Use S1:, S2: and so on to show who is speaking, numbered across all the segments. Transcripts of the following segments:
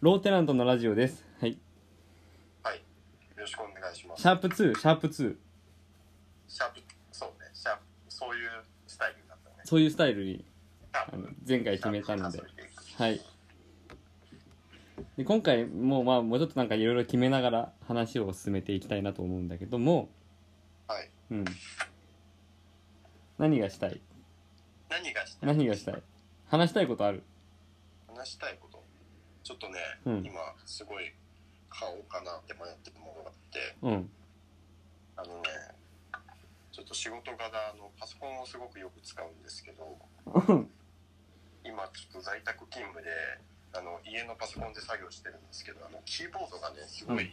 S1: ローテナントのラジオです。はい。
S2: はい。よろしくお願いします。
S1: シャープ2、シャープ2。
S2: シャープ、そうね、シャープ、そういうスタイルになったね。
S1: そういうスタイルに、
S2: シャー
S1: あの
S2: プ、
S1: 前回決めたの
S2: シ
S1: で
S2: ャープ。数えていく
S1: はい。で、今回も、まあ、もうちょっとなんかいろいろ決めながら話を進めていきたいなと思うんだけども、
S2: はい。
S1: うん。何がしたい
S2: 何がしたい
S1: 何がしたい話したいことある
S2: 話したいこと。ちょっとね、
S1: うん
S2: 今、すごい買おうかなって迷ってるものがあって、
S1: うん。
S2: あのね、ちょっと仕事柄、あの、パソコンをすごくよく使うんですけど、今、ちょっと在宅勤務で、あの、家のパソコンで作業してるんですけど、あの、キーボードがね、すごい、
S1: うん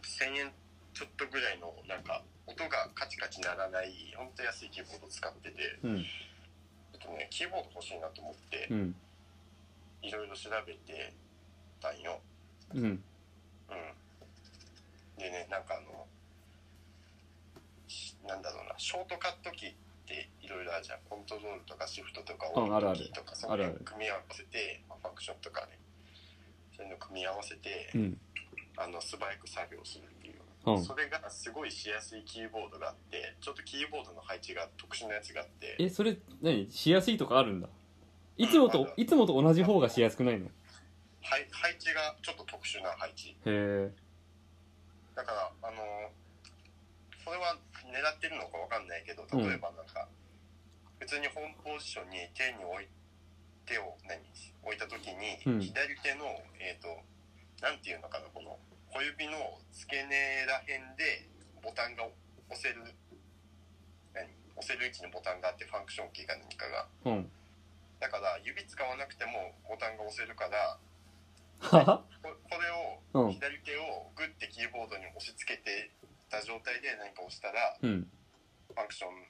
S2: 1000円ちょっとぐらいの、なんか、音がカチカチ鳴らない、ほんと安いキーボード使ってて、
S1: うん。
S2: ちょっとね、キーボード欲しいなと思って
S1: う、ん。
S2: いろいろ調べてたんよ。
S1: うん。
S2: うん、でねなんかあのしなんだろうなショートカットキーっていろいろあるじゃんコントロールとかシフトとか
S1: うん
S2: オ
S1: あるあ
S2: ー
S1: る
S2: トキーとか
S1: あるあ
S2: の
S1: る
S2: 組み合わせて、まあ、ファンクションとかねそういうの組み合わせて、
S1: うん。
S2: あの素早く作業するっていう、
S1: うん。
S2: それがすごいしやすいキーボードがあってちょっとキーボードの配置が特殊なやつがあって
S1: え、それ、何しやすいとかあるんだ。いつも
S2: うんあ
S1: と
S2: る、
S1: いつもと同じ方がしやすくないのへ
S2: 配配置がちょっと特殊な配置
S1: え。
S2: だからあのそれは狙ってるのかわかんないけど例えばなんか、普通にホームポジションに手に置い手を何置いた時に、
S1: うん
S2: 左手のえっ、となんていうのかなこの小指の付け根ら辺でボタンが押せる何押せる位置にボタンがあってファンクションキーか何かが
S1: うん。
S2: だから指使わなくてもボタンが押せるから
S1: はは
S2: ここれ
S1: う
S2: を
S1: ん
S2: 左手をグッてキーボードに押し付けてた状態で何か押したら
S1: うん。
S2: ファンクション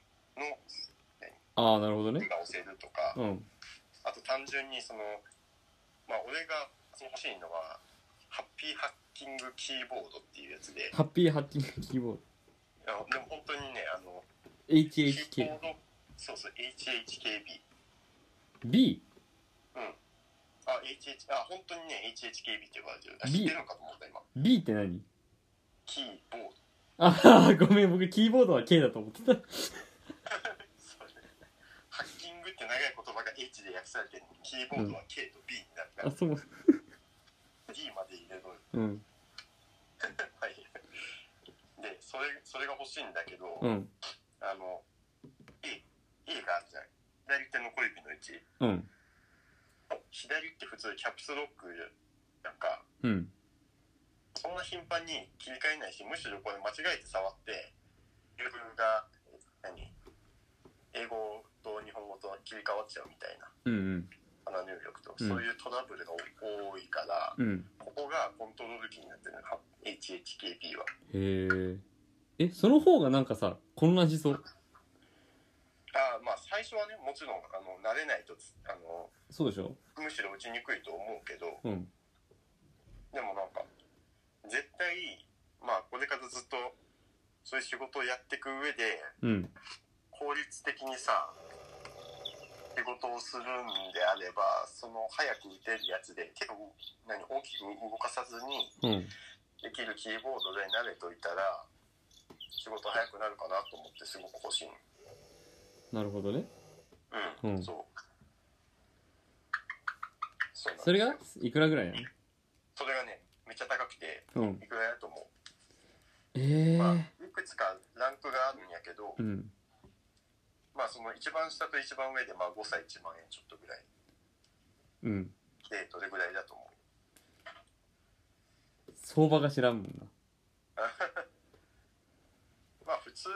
S2: の
S1: ああ、なるほど
S2: 手
S1: ね。
S2: が押せるとか
S1: うん。
S2: あと単純にそのまあ俺がその欲しいのはハッピーハッキングキーボードっていうやつでい
S1: ハッピーハッキングキーボー
S2: やでも本当にねあ
S1: ド。
S2: のキー
S1: HHK。
S2: ボードそうそう HHKB
S1: B?
S2: あ HH あ本当にね HHKB って呼ばれてるあ
S1: B
S2: 知ってるのかと思った今
S1: B って何
S2: キーボード
S1: ああ、ごめん、僕キーボードは K だと思ってた。
S2: そうねハッキングって長い言葉が H で訳されてるのにキーボードは K と B になるか
S1: あ、
S2: ら、
S1: そう。
S2: D まで入れろよ、
S1: うん。
S2: はい、でそれそれが欲しいんだけど、
S1: うん。
S2: あの A, A があるじゃない左手の小指の位
S1: う
S2: 置
S1: ん。
S2: 左って普通キャプスロックなんか
S1: うん。
S2: そんな頻繁に切り替えないしむしろこれ間違えて触って入力が何英語と日本語と切り替わっちゃうみたいな
S1: うんうん。
S2: 鼻入力と、
S1: うん
S2: そういうトラブルが多いから
S1: うん。
S2: ここがコントロールキーになってるの HHKP は
S1: へえ。え、その方がなんかさ、混乱しそう。
S2: あーまあ最初はねもちろんあの慣れないとつあの
S1: そうでしょ
S2: むしろ打ちにくいと思うけど
S1: うん。
S2: でもなんか絶対まあこれからずっとそういう仕事をやっていく上で
S1: うん。
S2: 効率的にさ仕事をするんであればその早く打てるやつで手を何大きく動かさずに
S1: うん。
S2: できるキーボードで慣れといたら仕事早くなるかなと思ってすごく欲しいの
S1: なるほどね。
S2: うん、
S1: うん
S2: そうそうなんです
S1: それがいくらぐらいな
S2: それがねめっちゃ高くて
S1: のうん。
S2: いくらやと思う、
S1: え
S2: まあ
S1: え。
S2: いくつかランクがあるんやけど、
S1: うん。
S2: まあその一番下と一番上でまあ誤差1万円ちょっとぐらい
S1: うん。
S2: でどれぐらいだと思
S1: 相場
S2: う
S1: が知らんもんな。
S2: まあ普通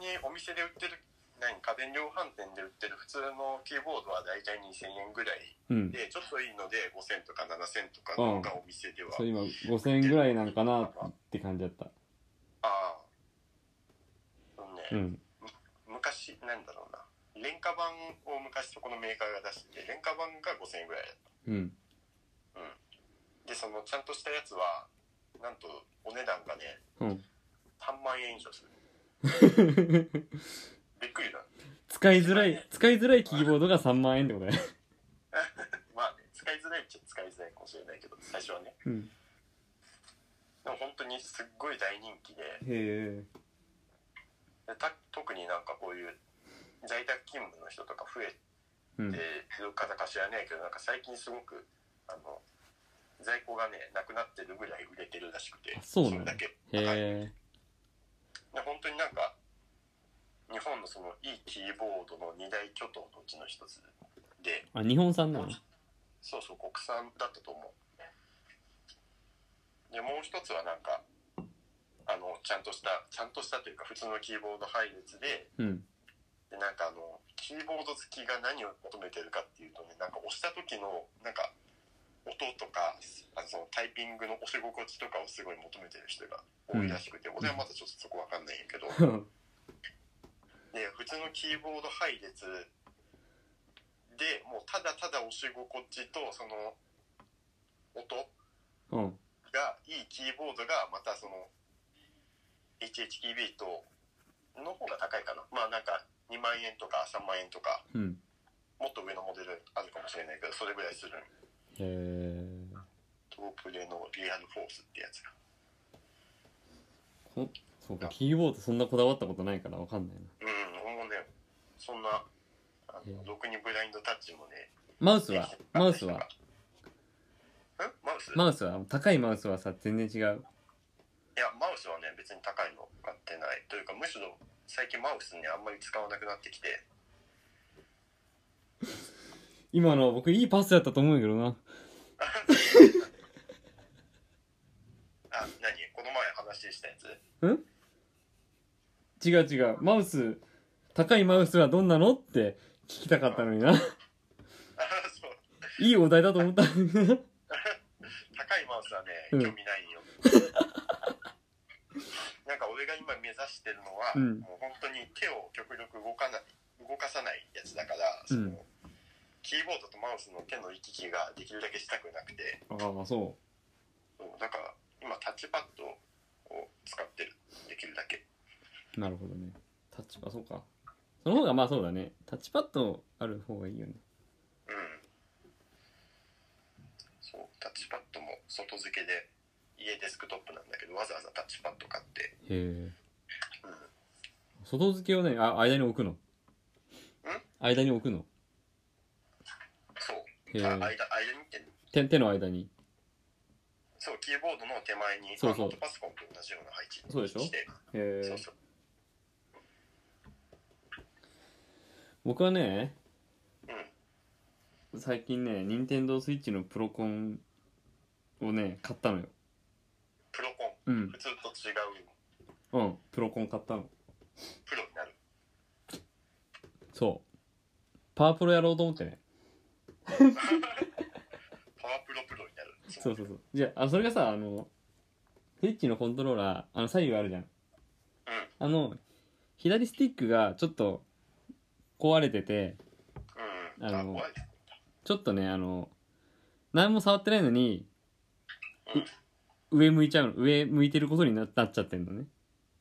S2: にお店で売ってる何家電量販店で売ってる普通のキーボードは大体2000円ぐらい
S1: うん。
S2: でちょっといいので5000とか7000とか
S1: う
S2: の
S1: ん
S2: がお店では、
S1: そう、今5000円ぐらいなんかなって感じだった。
S2: ああそうね、
S1: うん。
S2: 昔なんだろうな廉価版を昔そこのメーカーが出してて廉価版が5000円ぐらいだっ
S1: うん。
S2: たでそのちゃんとしたやつはなんとお値段がね
S1: うん。
S2: 3万円以上す るびっくりだ
S1: 使いづらい、使いづらいキーボードが3万円ってことだよ。
S2: まあね使いづらいちゃ使いづらいかもしれないけど、最初はね。
S1: うん。
S2: でも本当にすっごい大人気で、
S1: へえ。
S2: でた特になんかこういう在宅勤務の人とか増え
S1: うん。
S2: てどっかだか知らないけどなんか最近すごくあの在庫がねなくなってるぐらい売れてるらしくて
S1: あそうなの
S2: れだけ
S1: へえ。
S2: で本当になんか日本のそのいいキーボードの二大巨頭のうちの一つで
S1: あ、日本産なの
S2: そうそう国産だったと思うでもう一つはなんかあのちゃんとしたちゃんとしたというか普通のキーボード配列で
S1: うん。
S2: でなんかあのキーボード好きが何を求めてるかっていうとねなんか押した時のなんか音とかあのそのタイピングの押し心地とかをすごい求めてる人が多いらしくて、俺はまだちょっとそこわかんないんやけどで普通のキーボード配列でもうただただ押し心地とその音
S1: うん。
S2: がいいキーボードがまたその HHKB との方が高いかなまあなんか2万円とか3万円とか
S1: うん。
S2: もっと上のモデルあるかもしれないけどそれぐらいする
S1: へえ。
S2: トープレのリアルフォースってやつが
S1: こそうか、キーボードそんなこだわったことないからわかんないな。
S2: うんもうねそんなあ
S1: う
S2: の
S1: ん
S2: ろくにブラインドタッチもね
S1: マウスはマウスは
S2: えマウス
S1: マウスは高いマウスはさ、全然違う。
S2: いやマウスはね別に高いの買ってないというかむしろ最近マウスねあんまり使わなくなってきて
S1: 今の僕いいパスだったと思うんやけどな。
S2: あ何この前話したやつ
S1: 違う違う。マウス、高いマウスはどんなのって聞きたかったのにな。
S2: あそう
S1: いいお題だと思った。
S2: 高いマウスはね、
S1: うん
S2: 興味ない よ。なんか俺が今目指してるのは、
S1: うん
S2: もう本当に手を極力動かない、動かさないやつだから、そ
S1: うん
S2: のキーボードとマウスの手の行き来ができるだけしたくなくて、
S1: ああ、そ
S2: うんだから今タッチパッドを使ってる、できるだけ。
S1: う。なるほどね。タッチパそうか。その方がまあそうだね。タッチパッドある方がいいよね。
S2: うん。そう、タッチパッドも外付けで、家デスクトップなんだけど、わざわざタッチパッド買って、
S1: へえ。
S2: うん。
S1: 外付けをね、あ、間に置くの。間に置くの。
S2: そう、
S1: へ
S2: あ間、間
S1: え。
S2: にって
S1: 手、手の間に。
S2: そう、キーボードの手前に、
S1: そうそう
S2: ノートパソコンと同じような配置に
S1: そうでしょ
S2: して、
S1: へ
S2: そ
S1: え
S2: う。そう。
S1: 僕はね、
S2: うん。
S1: 最近ね、任天堂スイッチのプロコンをね、買ったのよ。
S2: プロコン。
S1: うん
S2: 普。通と違う
S1: うん。プロコン買ったの。
S2: プロになる。
S1: そう。パワープロやろうと思ってね。
S2: パワープロプロになる。
S1: そうそうそう。じゃあ、あそれがさ、あの、スイッチのコントローラー、あの、左右あるじゃん。
S2: うん。うん。
S1: あの、左スティックがちょっと壊れてて、あの
S2: あ、怖い。
S1: ちょっとね、あの、何も触ってないのに、
S2: うん。
S1: 上向いちゃうの、上向いてることにななっちゃってんのね。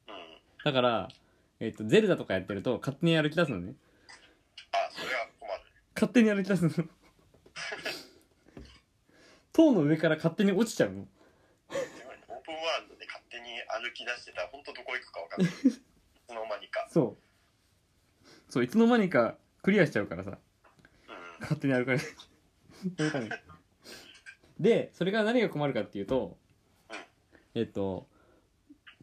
S2: うん。
S1: だから、えっ、と、ゼルダとかやってると勝手に歩き出すのね。
S2: あ、それは困る。
S1: 勝手に歩き出すの。 塔の上から勝手に落ちちゃうの。
S2: オープンワールドで勝手に歩き出してたら、本当どこ行くかわ かんない。いつの間にか。
S1: そう。そう、いつの間にかクリアしちゃうからさ。
S2: うん。
S1: 勝手に歩かれるでそれが何が困るかっていうとえっと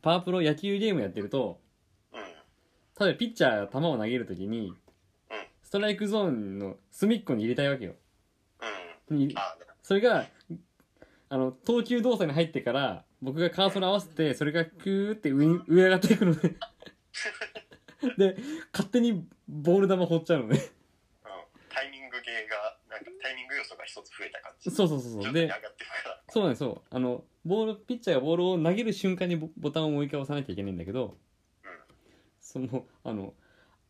S1: パワープロ野球ゲームやってると
S2: うん。
S1: 例えばピッチャーが球を投げるときにストライクゾーンの隅っこに入れたいわけよ
S2: うん。
S1: に
S2: あ、
S1: それがあの投球動作に入ってから僕がカーソル合わせてそれがクーって上に上上がっていくのでで勝手にボール球放っちゃうのね
S2: うん。タイミング系が、なんかタイミング要素が一つ増えた感じ。
S1: そうそうそうそ
S2: 徐
S1: う
S2: 々に
S1: で
S2: 上がってるから。
S1: そうなんですよ。あの、ボール、ピッチャーがボールを投げる瞬間にボボタンをもう一回押さなきゃいけないんだけど、その、あの、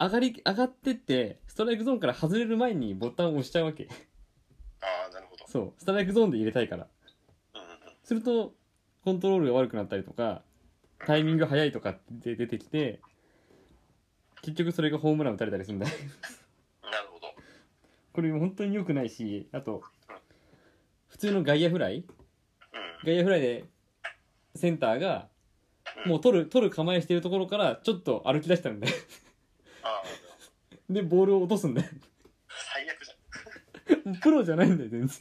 S1: 上がり、上がってって、ストライクゾーンから外れる前にボタンを押しちゃうわけ。
S2: ああ、なるほど。
S1: そう。ストライクゾーンで入れたいから。
S2: うんうんうん。
S1: すると、コントロールが悪くなったりとか、タイミング早いとかって出てきて、結局それがホームラン打たれたりするんだよ。
S2: なるほど。
S1: これ本当に良くないし、あと、普通の外野フライ
S2: うん
S1: 外野フライでセンターが
S2: うん
S1: もう取る取る構えしてるところからちょっと歩き出したんで
S2: ああ
S1: でボールを落とすんで
S2: 最悪じゃん
S1: プロじゃないんだよ全然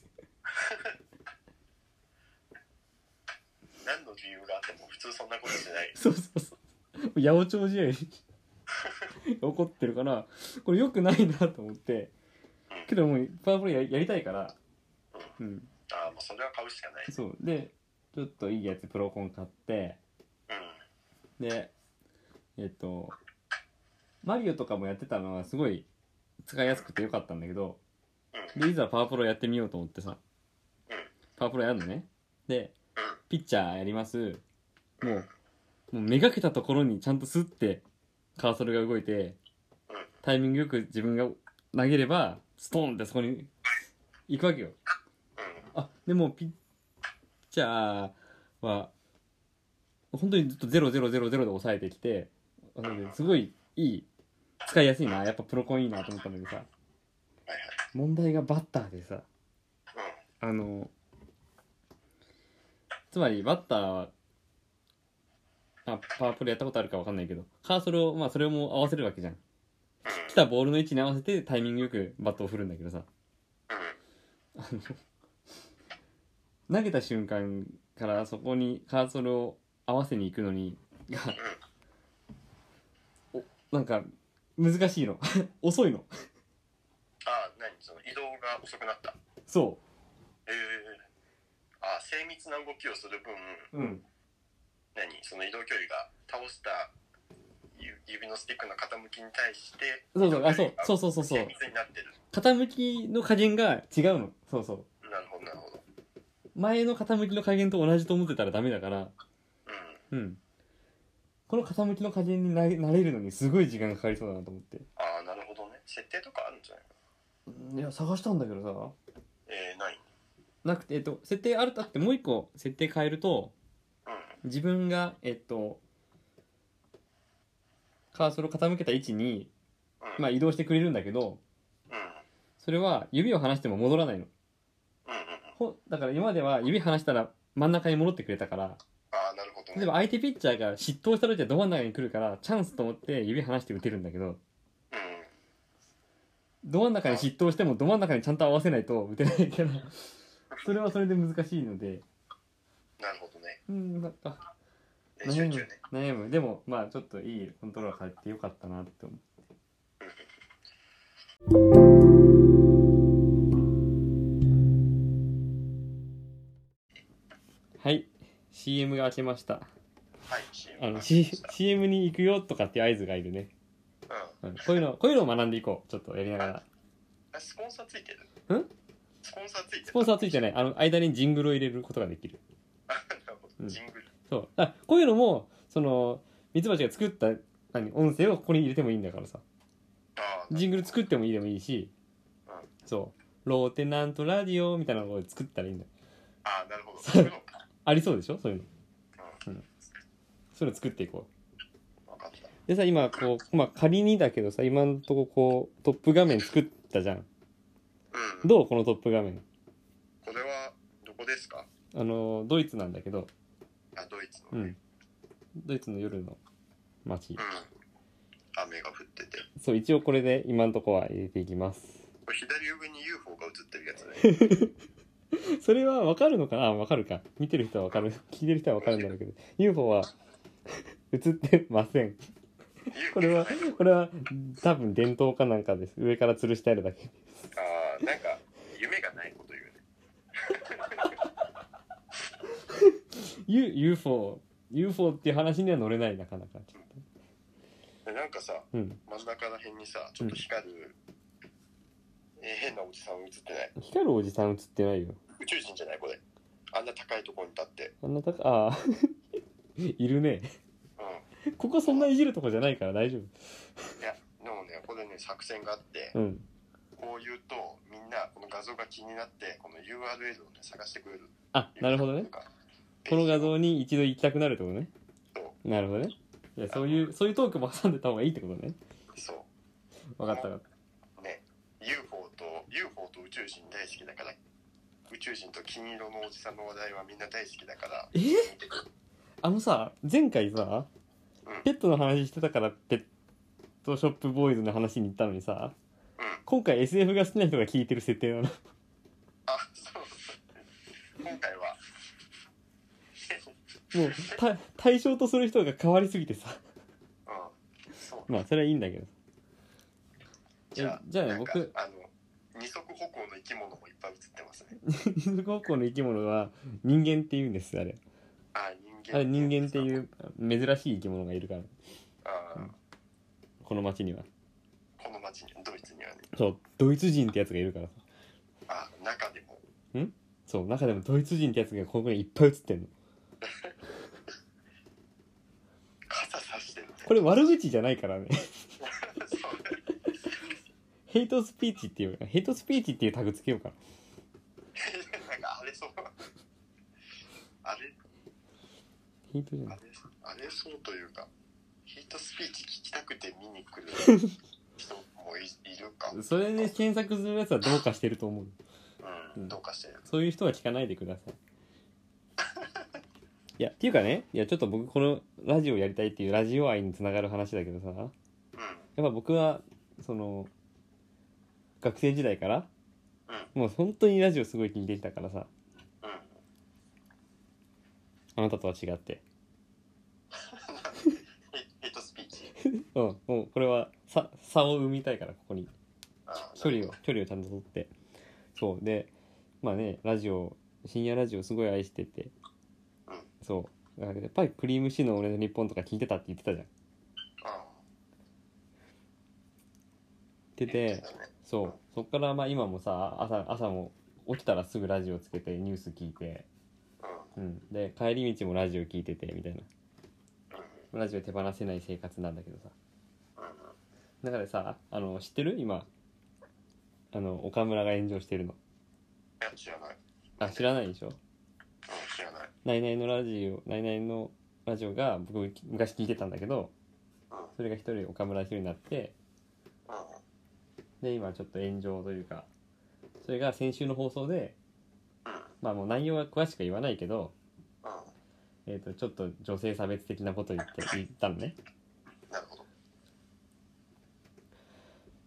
S2: 何の理由があっても普通そんなことしない
S1: そうそうそう八百長試合に 怒ってるからこれ良くないなと思ってけどもうパワープレイややりたいからうん
S2: ああもうそれは買うしかない
S1: そうでちょっといいやつプロコン買って
S2: う
S1: でえっとマリオとかもやってたのはすごい使いやすくてよかったんだけど
S2: んうん
S1: でいざパワープロやってみようと思ってさ
S2: うん
S1: パワープロやるのねで
S2: うん
S1: ピッチャーやりますも
S2: うん
S1: うもうめがけたところにちゃんとスッてカーソルが動いて
S2: うん
S1: タイミングよく自分が投げればストーンってそこに行くわけよ
S2: うん
S1: あでもピッチャーは本当にずっと0000で抑えてきてあのねすごいいい使いやすいなやっぱプロコンいいなと思ったんだけどさ
S2: はい
S1: 問題がバッターでさ
S2: はい
S1: あのつまりバッターはあパワープロやったことあるかわかんないけどカーソルをまあそれも合わせるわけじゃん
S2: うんうん
S1: 来たボールの位置に合わせてタイミングよくバットを振るんだけどさ
S2: う
S1: 投げた瞬間からそこにカーソルを合わせに行くのにがおなんか難しいの 遅いの
S2: ああ何その移動が遅くなった
S1: そ
S2: ええああ精密な動きをする分
S1: ううん
S2: 何その移動距離が倒したゆ指のスティックの傾きに対して
S1: そうそうあそうそううそうそうそう
S2: 精密になってる
S1: 傾きの加減が違うのそうそ
S2: なるほどなるほど
S1: う前の傾きの加減と同じと思ってたらダメだから
S2: うん
S1: うんこの傾きの加減にな慣れるのにすごい時間がかかりそうだなと思って
S2: ああなるほどね設定とかあるんじゃない
S1: いや探したんだけどさ
S2: ええ何
S1: なくてえっと設定あるとあってもう一個設定変えると
S2: うん
S1: 自分がえっとカーソルを傾けた位置に、
S2: うん
S1: まあ、移動してくれるんだけど
S2: うん
S1: それは指を離しても戻らないの
S2: うんうんうん
S1: ほだから今までは指離したら真ん中に戻ってくれたから
S2: ああなるほど
S1: 例え
S2: ね
S1: ば相手ピッチャーが失投した時はど真ん中に来るからチャンスと思って指離して打てるんだけど
S2: うん
S1: ど真ん中に失投してもど真ん中にちゃんと合わせないと打てないからそれはそれで難しいので
S2: なるほどね
S1: うんなんか
S2: 練
S1: 悩む
S2: 習中ね
S1: 悩むでもまあちょっといいコントローラー買ってよかったなって思うはい CM が開けました
S2: はい
S1: あ
S2: CM
S1: の、C、CM に行くよとかっていう合図がいるね、
S2: うん
S1: うん、こういうのこういうのを学んでいこうちょっとやりながら
S2: あスポンサーついてる
S1: ん
S2: スポンサーついてる
S1: スポンサーつい
S2: る
S1: てないあの間にジングルを入れることができる うん
S2: ジングル
S1: そうあこういうのもそのミツバチが作った何音声をここに入れてもいいんだからさ
S2: ああ
S1: ジングル作ってもいいでもいいし
S2: うん
S1: そうローテナントラディオみたいなのを作ったらいいんだ
S2: ああなるほどそういうのか
S1: ありそうでしょそういうのそういうの作っていこう
S2: うんわかった
S1: でさ今こうまあ仮にだけどさ今んとここうトップ画面作ったじゃん
S2: うん
S1: どうこのトップ画面
S2: これはどこですか
S1: あのドイツなんだけど
S2: あドイツの
S1: う
S2: ね
S1: んドイツの夜の街
S2: うん雨が降ってて
S1: そう一応これで今んとこは入れていきます
S2: これ左上に UFO が映ってるやつね
S1: それはわかるのかなあわかるか見てる人はわかる聞いてる人はわかるんだろうけど UFO は 映ってません これは
S2: UFO ね
S1: これは多分伝統かなんかです上から吊るしてあるだけ
S2: ああなんか夢がないこと言うね
S1: U- UFO UFO っていう話には乗れないなかなかちょっと
S2: でなんかさ
S1: うん
S2: 真ん中ら辺にさちょっと光る、えー変なおじさん映ってない
S1: 光るおじさん映ってないよ
S2: 宇宙人じゃないこれあんな高いところに立って
S1: あんなたかああ いるね
S2: う
S1: ここそんないじるとこじゃないから大丈
S2: んいやでもねこれね作戦があって
S1: 夫うん
S2: こう言うとみんなこの画像が気になってこの URL をね探してくれる
S1: あなるほどねこの画像に一度行きたくなるってことねなるほどねいやそういうそういうトークも挟んでた方がいいってことね
S2: そう
S1: 分かった分かっ
S2: ね UFO と UFO と宇宙人大好きだから宇宙人と金色のおじさんの話題はみんな大好きだから
S1: えあのさ前回さ
S2: うん
S1: ペットの話してたからペットショップボーイズの話に行ったのにさ
S2: うん
S1: 今回 SF が好きな人が聞いてる設定なの
S2: あそう今回は
S1: もうた対象とする人が変わりすぎてさ
S2: うんそう
S1: まあそれはいいんだけど
S2: じゃあ
S1: じゃあね
S2: なんか
S1: 僕
S2: あの二足歩行の生き物もいっぱい映ってますね
S1: 水高校の生き物は人間って言うんですあれ
S2: あ人
S1: あ
S2: 間
S1: れ人間っていうう珍しい生き物がいるから
S2: あー
S1: この町には
S2: この町にドイツにはね
S1: そうドイツ人ってやつがいるからさ
S2: あ中でも
S1: そう中でもドイツ人ってやつがここにいっぱい映ってんの
S2: 傘さしてるね
S1: これ悪口じゃないからね
S2: そう
S1: ヘイトスピーチっていうヘイトスピーチっていうタグつけようかな
S2: なんかあれそうあれ
S1: ヘイトじゃ
S2: あ
S1: ない
S2: れあれそうというかヒートスピーチ聞きたくて見に来る人もいいるか
S1: それで検索するやつはどうかしてると思う
S2: うんどうかしてる
S1: そういう人は聞かないでくださいいやっていうかねいやちょっと僕このラジオやりたいっていうラジオ愛につながる話だけどさやっ
S2: うん
S1: ぱ僕はその学生時代からもう本当にラジオすごい聞いてきたからさ
S2: うんうん
S1: あなたとは違って
S2: ヒヒートスピーチ
S1: うんもうこれは差差を生みたいからここに
S2: あ
S1: 距離を距離をちゃんと取ってそうでまあねラジオ深夜ラジオすごい愛してて
S2: うん
S1: そうだからやっぱりクリームシーの俺の日本とか聞いてたって言ってたじゃん
S2: あ
S1: 言って
S2: 言ってたね
S1: そうそっからまあ今もさ朝朝も起きたらすぐラジオつけてニュース聞いて、
S2: うん
S1: うん、で帰り道もラジオ聞いててみたいな
S2: うん
S1: ラジオ手放せない生活なんだけどさ
S2: うん
S1: だからさあの知ってる今あの岡村が炎上してるの
S2: いや知らない
S1: あ知らないでしょ
S2: うん知らない
S1: ナイナイのラジオ、ナイナイのラジオが僕昔聞いてたんだけど、
S2: うん
S1: それが一人岡村一人になって、
S2: うん
S1: で、今ちょっと炎上というか、それが先週の放送で、
S2: うん
S1: まあもう内容は詳しくは言わないけど、
S2: う
S1: えっ、と、ちょっと女性差別的なことを言って言ったのね。
S2: んなるほど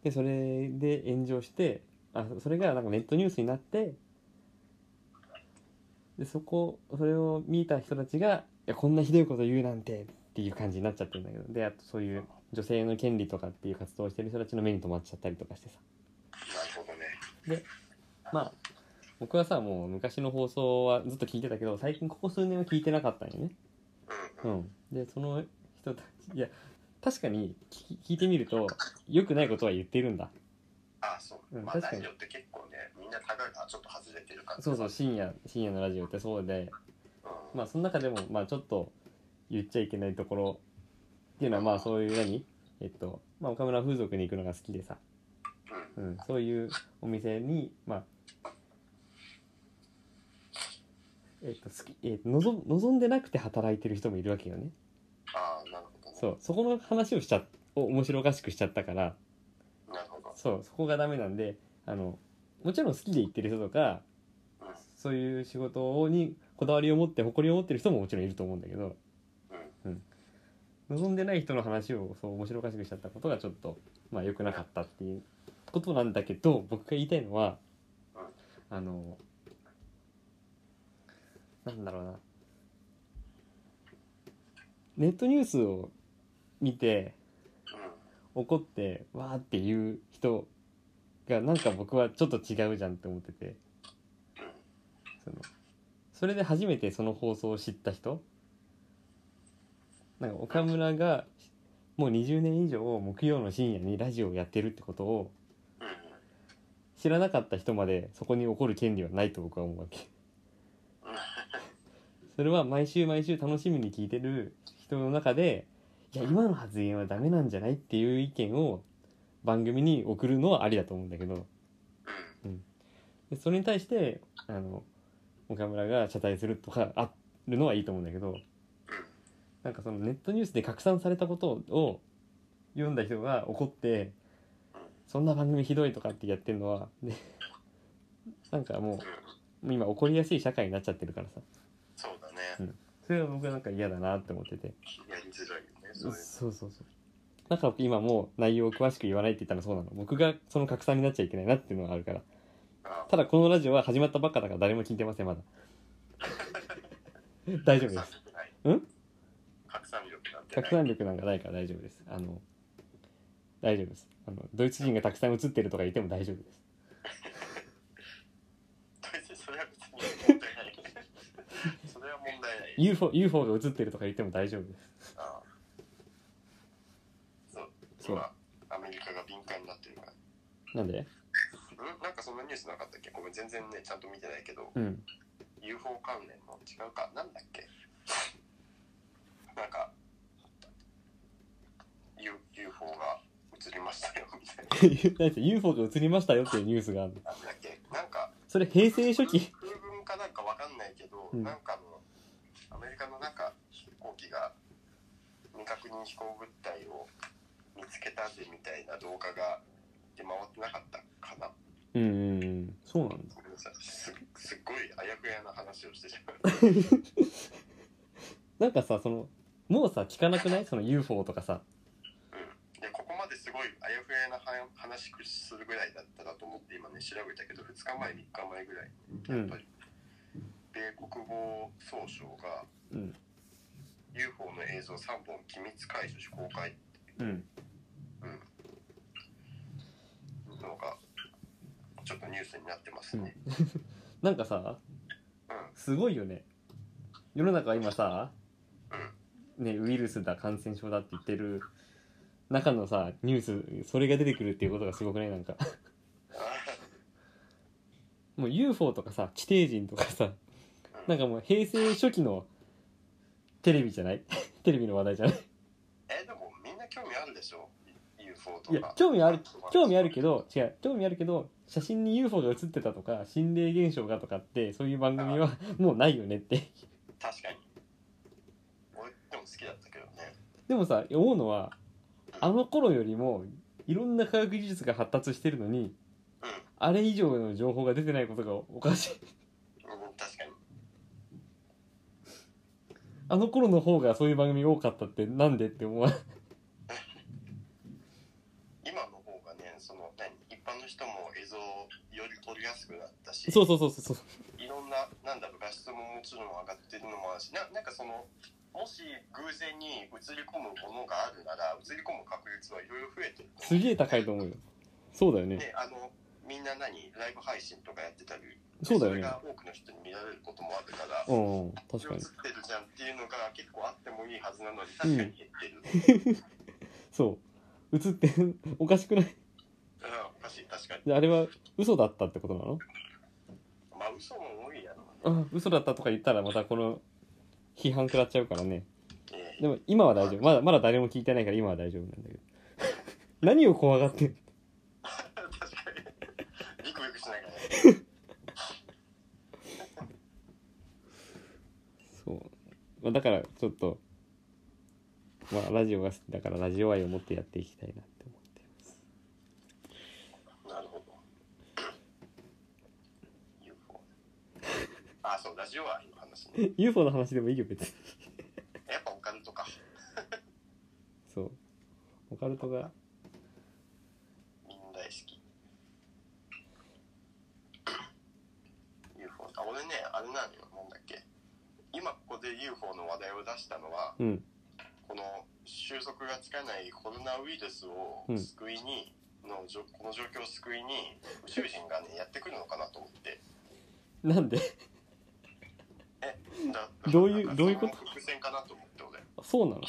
S1: で、それで炎上して、あ、それがなんかネットニュースになって、で、そこ、それを見た人たちが、いや、こんなひどいこと言うなんてっていう感じになっちゃってるんだけど、で、あとそういう女性の権利とかっていう活動をしてる人たちの目に留まっちゃったりとかしてさ
S2: なるほどね
S1: まあ僕はさもう昔の放送はずっと聞いてたけど最近ここ数年は聞いてなかったんよね
S2: うん
S1: う
S2: うん
S1: んでその人たちいや確かに聞き聞いてみると良くないことは言ってるんだ
S2: あそううんまあ
S1: 確か
S2: ラ
S1: に
S2: ジオって結構ねみんな互いがちょっと外れてるから
S1: そうそう深夜深夜のラジオってそうで
S2: うん
S1: まあその中でもまあちょっと言っちゃいけないところっていうのはまあそういう何えっとまあ岡村風俗に行くのが好きでさ
S2: うん
S1: うん、そういうお店に、まあ、えっ、と、好き、えっ、と、望望んでなくて働いてる人もいるわけよね。
S2: ああなるほどね
S1: そう、そこの話をしちゃ、を面白おかしくしちゃったから、
S2: なるほど
S1: そう、そこがダメなんで、あの、もちろん好きで行ってる人とか、
S2: うん
S1: そういう仕事にこだわりを持って誇りを持ってる人ももちろんいると思うんだけど、
S2: うん
S1: 望んでない人の話をそう面白おかしくしちゃったことがちょっとまあ良くなかったっていうことなんだけど僕が言いたいのは
S2: うん
S1: あのなんだろうなネットニュースを見て
S2: うん
S1: 怒ってわーって言う人がなんか僕はちょっと違うじゃんって思っててそのそれで初めてその放送を知った人なんか岡村がもう20年以上木曜の深夜にラジオをやってるってことを
S2: うん
S1: 知らなかった人までそこに怒る権利はないと僕は思うわけ
S2: うん
S1: それは毎週毎週楽しみに聞いてる人の中でいや今の発言はダメなんじゃないっていう意見を番組に送るのはありだと思うんだけど
S2: うん
S1: でそれに対してあの岡村が謝罪するとかあるのはいいと思うんだけどなんかそのネットニュースで拡散されたことを読んだ人が怒って「そんな番組ひどい」とかってやってるのはでなんかもう
S2: う
S1: もう今起こりやすい社会になっちゃってるからさ
S2: そうだ
S1: う
S2: ね
S1: ん。それは僕なんか嫌だなって思ってて
S2: やりづらいよね。そ
S1: そうう
S2: いうの
S1: そうそうだから今もう内容を詳しく言わないって言ったらそうなの僕がその拡散になっちゃいけないなっていうのがあるから
S2: あ
S1: ただこのラジオは始まったばっかだから誰も聞いてませんまだ 大丈夫で
S2: 拡
S1: す
S2: 散力ない
S1: うん
S2: 拡散力なんてない
S1: 拡散力なんかないから大丈夫ですあの大丈夫ですあのドイツ人がたくさん映ってるとか言っても大丈夫です
S2: 別にそれは別に問題ない。それは問題ない。
S1: UFO, UFO が映ってるとか言っても大丈夫です
S2: ああそう
S1: そう
S2: 今アメリカが敏感になってるから
S1: なんで
S2: うんなんかそんなニュースなかったっけごめん全然ねちゃんと見てないけど
S1: うん
S2: UFO 関連の違うかなんだっけなんか U UFO が映りましたよみたいな
S1: なんで UFO が映りましたよっていうニュースがあるの
S2: なんだっけなんか
S1: それ平成初期
S2: 空軍かなんかわかんないけど、
S1: うん
S2: なんかのアメリカのなんか飛行機が未確認飛行物体を見つけたぜみたいな動画が出回ってなかったかな
S1: うんうんうんそうなんだ
S2: ごめんなさいすすっごいあやふやな話をしてしまう
S1: なんかさそのもうさ聞かなくないその UFO とかさ
S2: いやここまですごいあやふやなは話するぐらいだったらと思って今ね調べたけど2日前3日前ぐらいにやっぱり、米国防総省が
S1: うん
S2: UFO の映像3本機密解除し公開
S1: うん
S2: うんのがちょっとニュースになってますね。
S1: なんかさ
S2: うん、
S1: すごいよね世の中は今さ
S2: うん、
S1: ねウイルスだ感染症だって言ってる中のさニュースそれが出てくるっていうことがすごくないなんかもう UFO とかさ地底人とかさ
S2: う
S1: なん
S2: ん
S1: かもう平成初期のテレビじゃない テレビの話題じゃない
S2: えでもみんな興味あるでしょ UFO と
S1: い
S2: か。
S1: や興味ある興味あるけ
S2: ど。
S1: ど違う興味あるけど写真に UFO が写ってたとか心霊現象がとかってそういう番組はもうないよねって
S2: 確かに。俺でも好きだったけどね。
S1: でもさ思うのはあの頃よりもいろんな科学技術が発達してるのに
S2: うん、
S1: あれ以上の情報が出てないことがおかしい
S2: うん、確かに。
S1: あの頃の方がそういう番組多かったってなんでって思わない
S2: 今の方がね、その何一般の人も映像をより撮りやすくなったし、
S1: そうそうそうそうそう
S2: いろんななんだろう画質ももちろん上がってるのもあるし、ななんかそのもし偶然に映り込むものがあるなら映り込む確率はいろいろ増えてると思う。
S1: すげえ高いと思うよそうだよね
S2: ね、あのみんな何ライブ配信とかやってたり
S1: そうだよ
S2: れ
S1: ね
S2: が多くの人に見られることもあるから
S1: う、んうん確
S2: そ
S1: か
S2: れ映っ
S1: に
S2: てるじゃんっていうのが結構あってもいいはずなのに確かに減ってる、うん
S1: そう映っておかしくない
S2: おかしい確かに
S1: であれは嘘だったってことなの
S2: まあ嘘も多いやろうね、
S1: あ嘘だったとか言ったらまたこの批判食らっちゃうからね
S2: ええ
S1: でも今は大丈夫まだまだ誰も聞いてないから今は大丈夫なん だけど何を怖がってんの
S2: 確かにビクビクしながらね
S1: そう、まあ、だからちょっとまあラジオが好きだからラジオ愛を持ってやっていきたいなって思ってます
S2: なるほど UFO あそうラジオは今話ね
S1: UFO の話でもいいよ別に
S2: やっぱオカルトか
S1: そうオカルトが
S2: みんな大好き。UFO。あ、俺ね、あれなのよ、なんだっけ。今ここで UFO の話題を出したのは、
S1: うん
S2: この収束がつかないコロナウイルスを
S1: うん
S2: 救いに、のじょこの状況を救いに、宇宙人がね、やってくるのかなと思って。
S1: なんで
S2: だだ
S1: どういう
S2: なんか
S1: どういうこと
S2: その伏線かなと思って、俺。
S1: そうなの
S2: うん。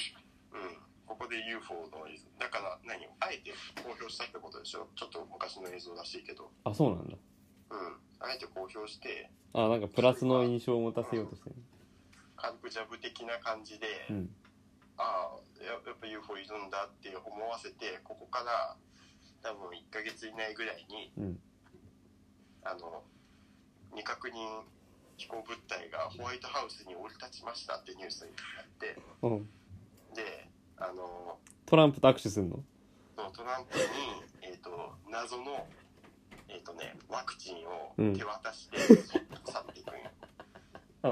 S2: ここで UFO の映像。だから何、あえて公表したってことでしょちょっと昔の映像らしいけど。
S1: あそうなんだ
S2: うん。あえて公表して、
S1: あなんかプラスの印象を持たせようとしてる
S2: 軽くジャブ的な感じで、
S1: うん
S2: ああややっぱ UFO いるんだって思わせてここから多分1ヶ月以内ぐらいに
S1: うん
S2: あの未確認飛行物体がホワイトハウスに降り立ちましたってニュースになって
S1: うん
S2: であの
S1: トランプと握手すんの
S2: そのトランプに、えー、と謎のえっ、とね、ワクチンを
S1: うん
S2: 手渡して、そっと去っていくんよ。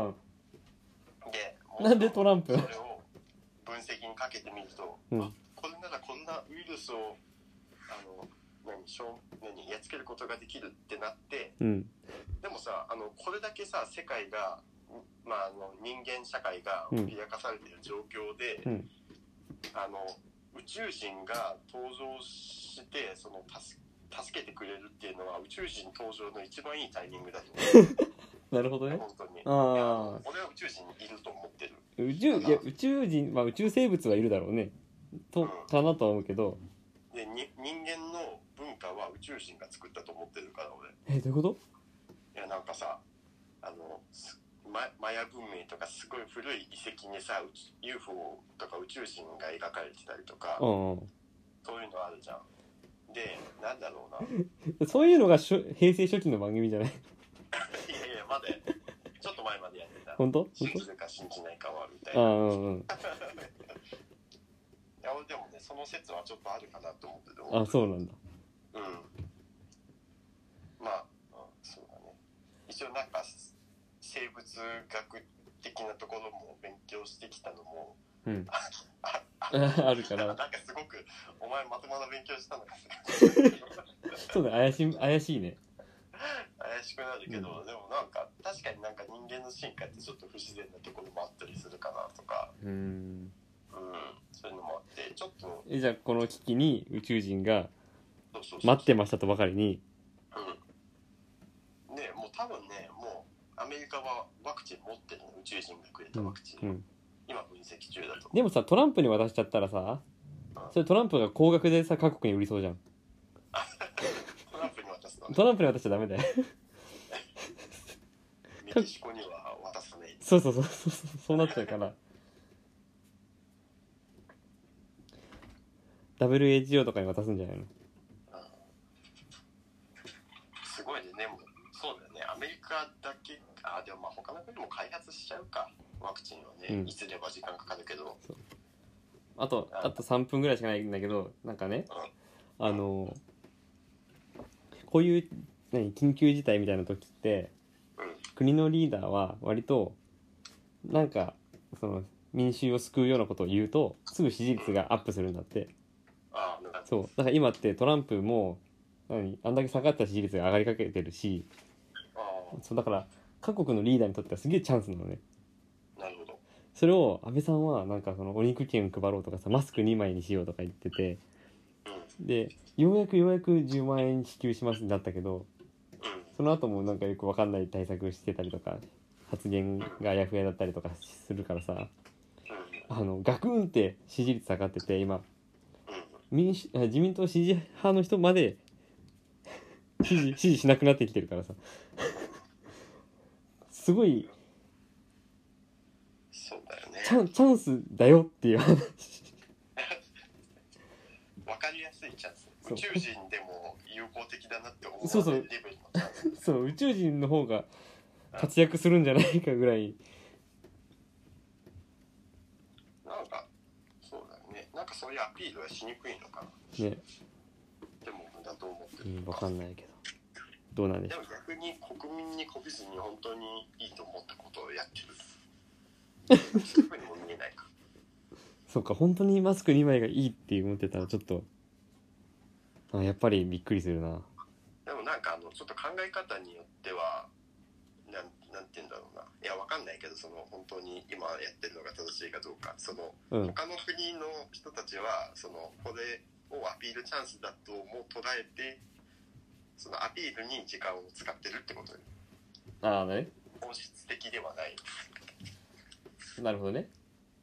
S1: うん
S2: で、
S1: なんでトランプ
S2: それを分析にかけてみると、
S1: うん
S2: あこれならこんなウイルスを、あの、何、しょう何、やっつけることができるってなって、
S1: うん
S2: でもさ、あの、これだけさ、世界が、まあ、あの、人間社会が
S1: うん
S2: 脅かされてる状況で、
S1: うん
S2: あの、宇宙人が登場して、その、助助けてくれるっていうのは宇宙人登場の一番いいタイミングだと思
S1: なるほど
S2: う
S1: ね
S2: 本当にいや
S1: あ
S2: 俺は宇宙人いると思ってる
S1: あ宇宙いや宇宙人まあ宇宙生物はいるだろうねとかなとは思うけど
S2: でに人間の文化は宇宙人が作ったと思ってるから俺い
S1: えどういうこと
S2: やなんかさあのすママヤ文明とかすごい古い遺跡にさうち UFO とか宇宙人が描かれてたりとか
S1: う
S2: そういうのあるじゃんでなんだろうな い
S1: んうんそういうのがしょ平成初期の番組じゃない
S2: やいやまだやちょっと前までやってた
S1: 本当
S2: 信
S1: 本
S2: じるか信じないかはみたい
S1: 当ああ
S2: な
S1: うんうん
S2: いや俺でもねその説はちょっとあるかなと思ってて
S1: あそうなんだ
S2: うんまあ、うん、そうだね。一応なんかす生物学的なところも勉強してきたのも、
S1: うん
S2: あ
S1: あるか
S2: なん
S1: ら
S2: かすごく、お前まともな勉強したのか
S1: そうだ怪しい怪しいね
S2: 怪しくなるけど、でもなんか、確かになんか人間の進化ってちょっと不自然なところもあったりするかなとか、
S1: うん
S2: うん、そういうのもあって、ちょっと、
S1: えじゃあこの危機に宇宙人が
S2: そうそうそう
S1: 待ってましたとばかりに
S2: うん。ねもう多分ね、もうアメリカはワクチン持ってるの、宇宙人がくれたワクチン。
S1: うん
S2: 今分析中だと。
S1: でもさトランプに渡しちゃったらさそれトランプが高額でさ各国に売りそうじゃん
S2: トランプに渡すのね
S1: トランプに渡しちゃダメだよ
S2: メキシコには渡さない。
S1: そうそうそうそうそうそうなっちゃうから WHO とかに渡すんじゃないの
S2: すごいね、でも、そうだよね、アメリカだけ、あ、でもまあ他の国も開発しちゃうか、ワクチンはね、
S1: うん
S2: いつでは時間かかるけど、
S1: あとあと3分ぐらいしかないんだけどなんかねあのこういう何緊急事態みたいな時って
S2: うん、
S1: 国のリーダーは割となんかその民衆を救うようなことを言うとすぐ支持率がアップするんだって
S2: あなんか、
S1: そうだから今ってトランプも何あんだけ下がった支持率が上がりかけてるし
S2: あ
S1: そうだから各国のリーダーにとってはすげえチャンスなのね
S2: あ、なるほど。
S1: それを安倍さんはなんかそのお肉券配ろうとかさマスク2枚にしようとか言ってて
S2: うん、うん、
S1: でようやくようやく10万円支給しますになったけどその後もなんかよくわかんない対策してたりとか発言があやふやだったりとかするからさ
S2: う
S1: あのガクンって支持率下がってて今
S2: ん、
S1: 民主あ自民党支持派の人まで 支持支持しなくなってきてるからさ すごい
S2: そうだよね。
S1: チャンチャンスだよっていう話
S2: わかりやすいチャンス。
S1: そう
S2: 宇宙人でも有効的だなって思う
S1: そうそう
S2: レベルのチャンス。
S1: そう宇宙人の方が活躍するんじゃないかぐらい
S2: なんか、そうだよね。なんかそういうアピールはしにくいのかな。
S1: ね、
S2: でも、だと思って
S1: う
S2: る
S1: ん、わかんないけどどうなんでし
S2: で
S1: ょ
S2: も逆に国民にこびずに本当にいいと思ったことをやってる。そういうふうにも見えないか。
S1: うそうか本当にマスク2枚がいいって思ってたらちょっとあやっぱりびっくりするな
S2: でもなんかあのちょっと考え方によっては、なんなんて言うんだろうな。いや、わかんないけど、その本当に今やってるのが正しいかどうか。その
S1: うん
S2: 他の国の人たちは、そのこれをアピールチャンスだとも捉えて、そのアピールに時間を使ってるってことよ
S1: ああね
S2: 本質的ではない。
S1: なるほどね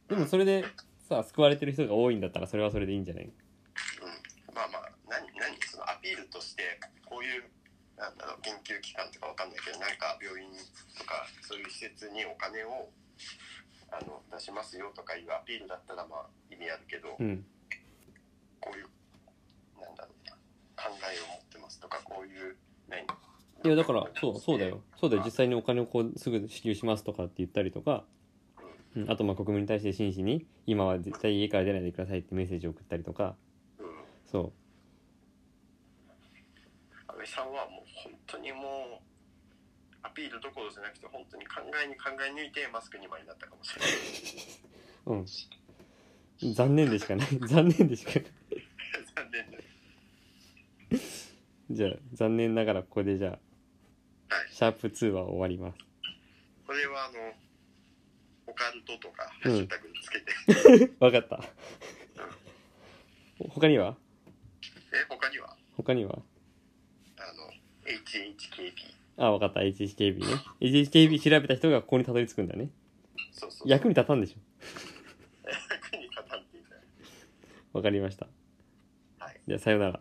S1: でもそれでさ救われてる人が多いんだったらそれはそれでいいんじゃない
S2: うん、まあまあ何何そのアピールとしてこういうなんだろう研究機関とかわかんないけどなんか病院とかそういう施設にお金をあの出しますよとかいうアピールだったらまあ意味あるけど、
S1: うん
S2: こういうなんだろうな考えを持ってますとかこういう何
S1: いやだからそうそうだよそうだよ実際にお金をこうすぐ支給しますとかって言ったりとか、うん、あとまあ国民に対して真摯に今は絶対家から出ないでくださいってメッセージを送ったりとか
S2: うん、
S1: そ
S2: 安倍さんはもう当にもうアピールどころじゃなくて本当に考えに考え抜いてマスク2枚になったかもしれない
S1: うん残念でしかない 残念でしかない
S2: 残念です
S1: じゃあ残念ながらここでじゃあ
S2: はい
S1: シャープ2は終わります
S2: これはあのオカルトとかハ
S1: うん
S2: ッシュタグつけて、
S1: わかった 他には
S2: え他には
S1: 他には
S2: あの HHKP
S1: あわかった HHKB ね HHKB 調べた人がここにたどり着くんだね
S2: そうそう
S1: 役に立たんでし
S2: 役に立たんっていた
S1: ょわかりました
S2: はい
S1: じゃあさようなら